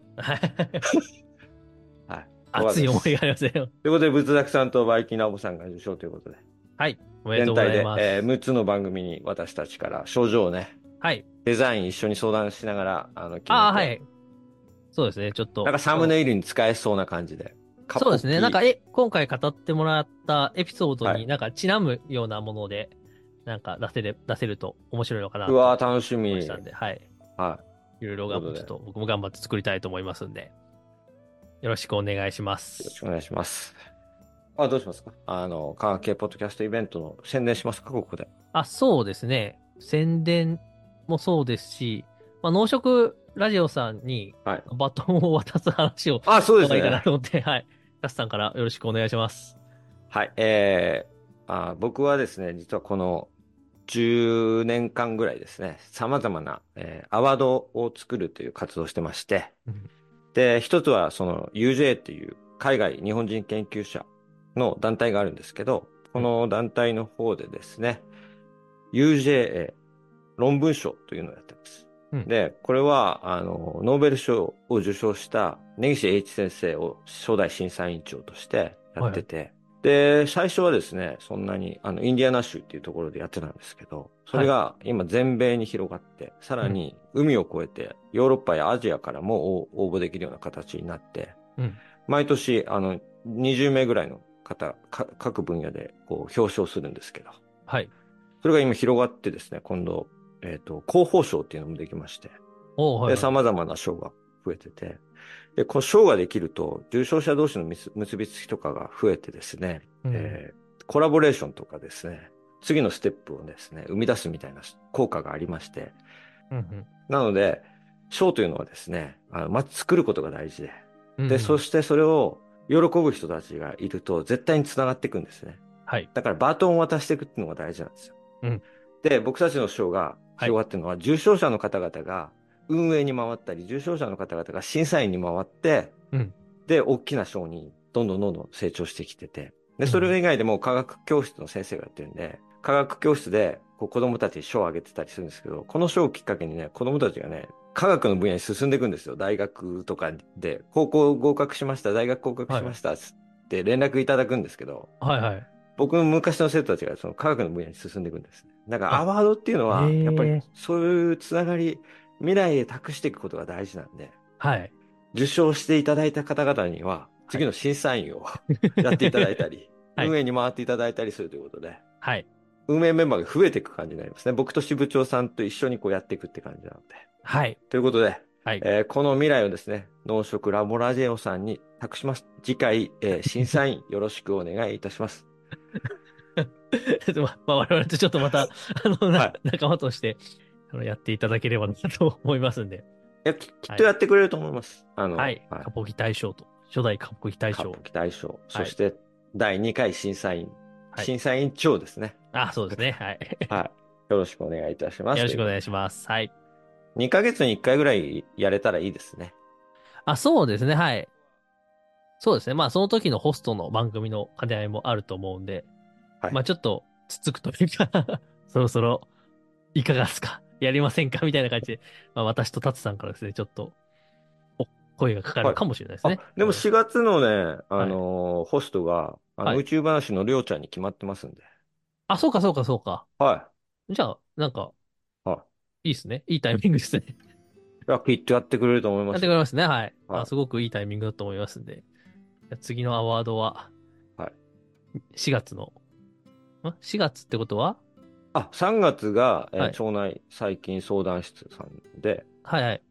S1: はい熱い思いがありますよ。
S2: ということで、仏作さんとバイキンラボさんが受賞ということで、
S1: はい。おめでと
S2: 全
S1: うご
S2: 体
S1: ざ
S2: で、
S1: います。
S2: え6つの番組に私たちから症状をね、
S1: はい。
S2: デザイン一緒に相談しながら、あの、決めて
S1: ああ、はい。そうですね、ちょっと。
S2: なんかサムネイルに使えそうな感じで。かっ
S1: そ
S2: こ
S1: う
S2: い
S1: で
S2: い
S1: すね。なんか、え、今回語ってもらったエピソード
S2: はい
S1: に、なんか、ちなむようなもので、なんか、出せれ、出せると面白いのかなと
S2: うわー楽し
S1: 思いま
S2: み
S1: し。たんで、はい。
S2: はい
S1: ろいろ
S2: とい
S1: 頑
S2: う
S1: 張っ
S2: こと
S1: て、
S2: で
S1: ちょっと僕も頑張って作りたいと思いますんで、よろしくお願いしま
S2: い。よろし
S1: す。
S2: くお願いします。あ、どうしますかあの、科学系ポッドキャストイベントの宣伝しますかここで。
S1: あ、そうですね。宣伝もそうですし、まあ、農食ラジオさんに
S2: はい。
S1: バトンを渡す話を
S2: あ、そうです
S1: いいかな
S2: ね。
S1: と思って、はい。ラスさんからよろしくお願いします。
S2: はい。えーあ、僕はですね、実はこの10年間ぐらいですね、様々な、えーアワードを作るという活動をしてまして、
S1: うん
S2: で、一つはその UJ っていう海外日本人研究者の団体があるんですけど、この団体の方でですね、UJ 論文賞というのをやってます。
S1: うん
S2: で、これは、あの、ノーベル賞を受賞した根岸英一先生を初代審査委員長としてやってて、で、最初はですね、そんなに、あの、インディアナ州っていうところでやってたんですけど、それが今全米に広がって、さらに海を越えてヨーロッパやアジアからも応応募できるような形になって、
S1: うん
S2: 毎年、あの、20名ぐらいの方、か各分野でこう表彰するんですけど、
S1: はい。
S2: それが今広がってですね、今度、えっ、と、広報賞っていうのもできまして、
S1: おうはい、
S2: で、
S1: はい。
S2: 様々な賞が増えてて、で、こう賞ができると、重症者同士の結結びつきとかが増えてですね、
S1: うん
S2: えーコラボレーションとかですね、次のステップをですね、生み出すみたいな効果がありまして、
S1: うん
S2: なので、賞というのはですね、あのまず作ることが大事で、
S1: うん
S2: で、そ
S1: し
S2: してそれを喜ぶ人たちがいると、絶対につながっていくんですね。
S1: はい。
S2: だからバトンを渡していくっていうのが大事なんですよ。
S1: うん
S2: で、僕たちの賞が広がってるのは、重症者の方々が運営に回ったり、重症者の方々が審査員に回って、
S1: うん
S2: で、大きな賞にどんどんどんどん成長してきてて、
S1: ん
S2: で、それ以外でも科学教室の先生がやってるんで、科学教室でこう子供たちに賞をあげてたりするんですけど、この賞をきっかけにね、子供たちがね、科学の分野に進んでいくんですよ。大学とかで、高校合格しました、大学合格しました、つって連絡いただくんですけど、
S1: はいはい。
S2: 僕の昔の生徒たちがその科学の分野に進んでいくんですね。だから
S1: あ
S2: アワードっていうのは、
S1: へー
S2: やっぱりそういうつながり、未来へ託していくことが大事なんで、
S1: はい。
S2: 受賞していただいた方々には、次の審査員を やっていただいたり、
S1: はい
S2: 運営に回っていただいたりするということで、
S1: はい。
S2: 運営メンバーが増えていく感じになりますね。僕と支部長さんと一緒にこうやっていくって感じなので。
S1: はい。
S2: ということで、
S1: はい
S2: えーこの未来をですね、農食ラボラジェオさんに託します。次回、えー審査員よろしくお願いいたします。
S1: ちょっとま、まあ、我々とちょっとまた、あの、な
S2: はい
S1: 仲間として、あの、やっていただければなと思いますんで。
S2: いや、ききっとやってくれると思います。あの、
S1: はい。カポギ大賞と、初代カポギ大
S2: カッ
S1: 賞
S2: プ。期大賞。そして、第2回審査員、
S1: はい
S2: 審査員長で すね。
S1: あ、そうですね。はい。
S2: はい。よろしくお願いいたします。
S1: よろしくお願いします。はい。
S2: 2ヶ月に1回ぐらいやれたらいいですね。
S1: あ、そうですね。はい。そうですね。まあ、その時のホストの番組の兼ね合いもあると思うんで、
S2: はい
S1: まあ、ちょっと、つつくというか、 そろそろ、いかがですかやりませんかみたいな感じで、まあ、私とタツさんからですね、ちょっと、お、声がかかるかもしれないですね。
S2: あ、でも4月のね、
S1: い
S2: あのーホストが、あ
S1: はい
S2: の、宇宙話のりょうちゃんに決まってますんで。
S1: あ、そうか、そうか、そうか。
S2: は
S1: じゃあ、なんか
S2: は、
S1: いいですね。いいタイミング ですね。
S2: い。いや、きっとやってくれると思い
S1: や
S2: ま
S1: っ
S2: す
S1: てく
S2: よ。
S1: れますね。はい。
S2: はい
S1: あすごくいいタイミングだと思いますんで。じゃあ次のアワードは、
S2: はい。
S1: 4月の、ん ?4 月ってことは
S2: あ、3月が、えー
S1: はい
S2: 町内最近相談室さんで、
S1: はいはい。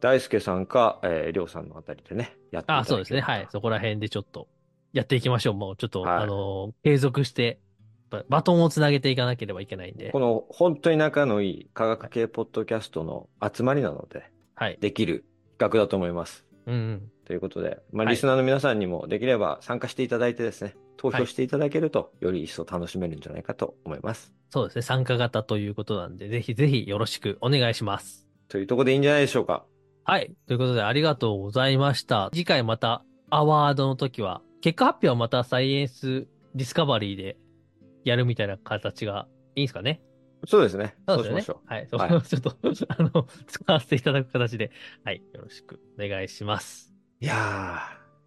S2: 大輔さんか、えー、りょうさんのあたりでね、やってい
S1: あ、
S2: ただけ
S1: そうですね。
S2: れば
S1: はい。そこら辺でちょっと、やっていきましょう。もうちょっと、
S2: はい
S1: あのー継続して、やっぱバトンをつなげていかなければいけないんで
S2: こ。の、本当に仲のいい科学系ポッドキャストの集まりなので、
S1: はい。
S2: できる企画だと思います。
S1: うんうん。
S2: ということで、まあ、
S1: はい
S2: リスナーの皆さんにもできれば参加していただいてですね、投票していただけると、より一層楽しめるんじゃないかと思います。
S1: そうですね。参加型ということなんで、ぜひぜひよろしくお願いします。
S2: というところでいいんじゃないでしょうか。
S1: はい。ということで、ありがとうございました。次回また、アワードの時は、結果発表はまたサイエンスディスカバリーでやるみたいな形がいいんですかね
S2: そうですね。
S1: そ
S2: そうう
S1: です
S2: し
S1: よ
S2: ま
S1: ね。
S2: しょ
S1: はい。そ
S2: は
S1: こを ちょっと、あの、使わせていただく形で、はい。よろしくお願いします。
S2: う。いや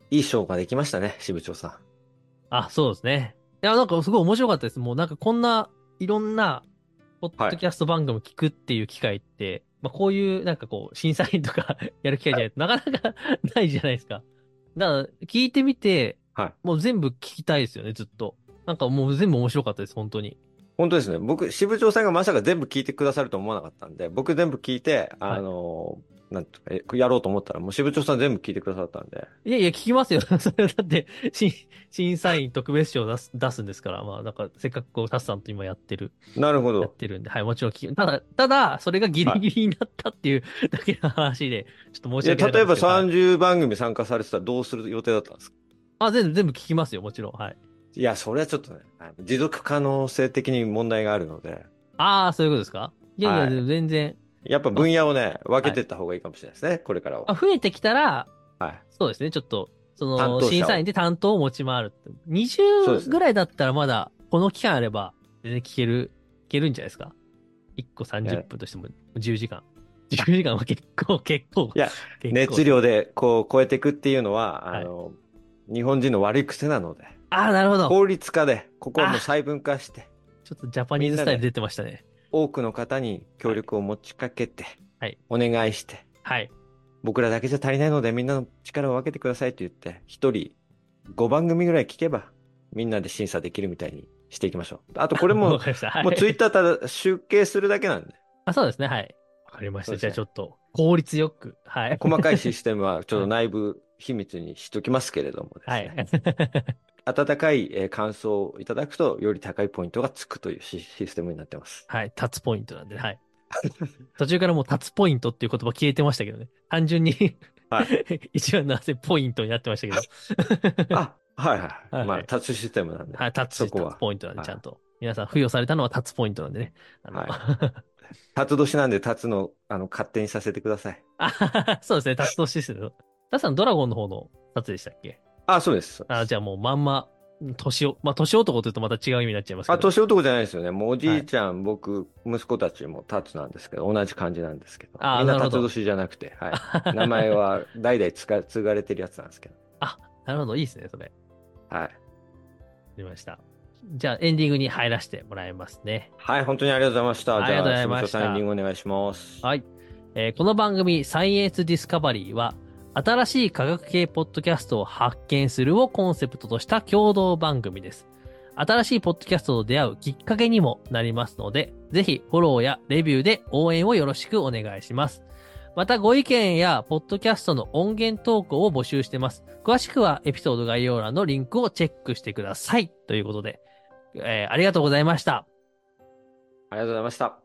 S2: ー、いい賞ができましたね、支部長さん。
S1: あ、そうですね。いや、なんかすごい面白かったです。もうなんかこんないろんな、ポッドキャスト番組聞くっていう機会って、まあこういうなんかこう、審査員とか やる機会じゃないと、なかなかないじゃないですか。だから、聞いてみて、
S2: はい
S1: もう全部聞きたいですよね、ずっと。なんかもう全部面白かったです、本当に。
S2: 本当ですね。僕、支部長さんがまさか全部聞いてくださると思わなかったんで、僕全部聞いて、あのーなんとか、えやろうと思ったら、もう支部長さん全部聞いてくださったんで、
S1: いやいや、聞きますよ。 それはだって、審審査員特別賞出す出すんですから、まあ、なんか、せっかくこう、タスさんと今やってる
S2: なるほ
S1: やっ
S2: ど。
S1: てるんで、はい、もちろん聞きただ、ただ、それがギリギリになったっていう だけの話で、ちょっと申し訳
S2: で
S1: ない
S2: 例えば
S1: はい
S2: 30番組参加されてたらどうする予定だったんですか
S1: あ、全部、全部聞きますよ、もちろん。はい。
S2: いや、それはちょっとね、あの持続可能性的に問題があるので、
S1: ああ、そういうことですかいやいや、
S2: はい
S1: 全然。
S2: やっぱ分野をね、分けていった方がいいかもしれないですね、これからは
S1: あ、。増えてきたら、
S2: はい。
S1: そうですね、ちょっと、そ
S2: 担
S1: の、
S2: 当者を
S1: 審査員で担当を持ち回るって。
S2: そうで
S1: 20
S2: すね
S1: ぐらいだったらまだ、この期間あれば、全然聞ける、聞けるんじゃないですか ?1 個30分としても10時間。10時間は結構、結構。
S2: いや
S1: 結構、
S2: 熱量でこう超えていくっていうのは、
S1: はい
S2: あの、日本人の悪い癖なので、
S1: ああ、なるほど。
S2: 効率化で、ここをもう細分化して、
S1: ちょっとジャパニーズスタイル出てましたね。
S2: 多くの方に協力を持ちかけて、
S1: はい
S2: お願いして、
S1: はい。
S2: 僕らだけじゃ足りないのでみんなの力を分けてくださいと言って、一人5番組ぐらい聞けば、みんなで審査できるみたいにしていきましょう。あとこれ
S1: わ
S2: も、
S1: かりま した。はい
S2: もうツイッターただ集計するだけなんで、
S1: あ、そうですね。はい。わかりまし
S2: そ
S1: た。
S2: うです
S1: じゃ
S2: ね
S1: あちょっと、効率よく。はい。
S2: 細かいシステムはちょっと内部秘密にしときますけれどもです
S1: は
S2: ね、
S1: い。
S2: 温かいえー感想をいただくと、より高いポイントがつくというシシステムになっ てます。
S1: はい。タツポイントなんで、はい。途中からもうタツポイントっていう言葉消えてましたけどね。単純に
S2: は
S1: 一番なぜポイントになってましたけど。
S2: あ、はいはい。
S1: はい
S2: まあ、タッチシステムなんで。
S1: はい。タツ、
S2: そこは
S1: タツポイントなんで、
S2: はい
S1: ちゃんと。皆さん付与されたのはタツポイントなんでね。あの
S2: タツ年なんでタツの、あの、勝手にさせてください。
S1: あ そうですね。タツ同士ですけど。タツさん、ドラゴンの方のタツでしたっけ
S2: あ、そうです。
S1: あ、じゃあもうまんま、年を、まあ年男というとまた違う意味になっちゃいますけど。
S2: あ、年男じゃないですよね。もうおじいちゃん、僕、息子たちもタツなんですけど、同じ感じなんですけど。
S1: あー
S2: みん
S1: な
S2: な
S1: る
S2: タ
S1: ほど
S2: ツ年じゃなくて、 はい。名前は代々つか継がれてるやつなんですけど。
S1: なるほど、いいですね、それ。
S2: はい。
S1: 出ました。じゃあエンディングに入らせてもらいますね。
S2: はい、本当にありがとうございました。
S1: ありがとうございました
S2: じゃあ、さんエンディングお願いします。
S1: はい。えーこの番組、サイエンスディスカバリーは、新しい科学系ポッドキャストを発見するをコンセプトとした共同番組です。新しいポッドキャストと出会うきっかけにもなりますので、ぜひフォローやレビューで応援をよろしくお願いします。またご意見やポッドキャストの音源投稿を募集してます。詳しくはエピソード概要欄のリンクをチェックしてください。ということで、えーありがとうございました。
S2: ありがとうございました。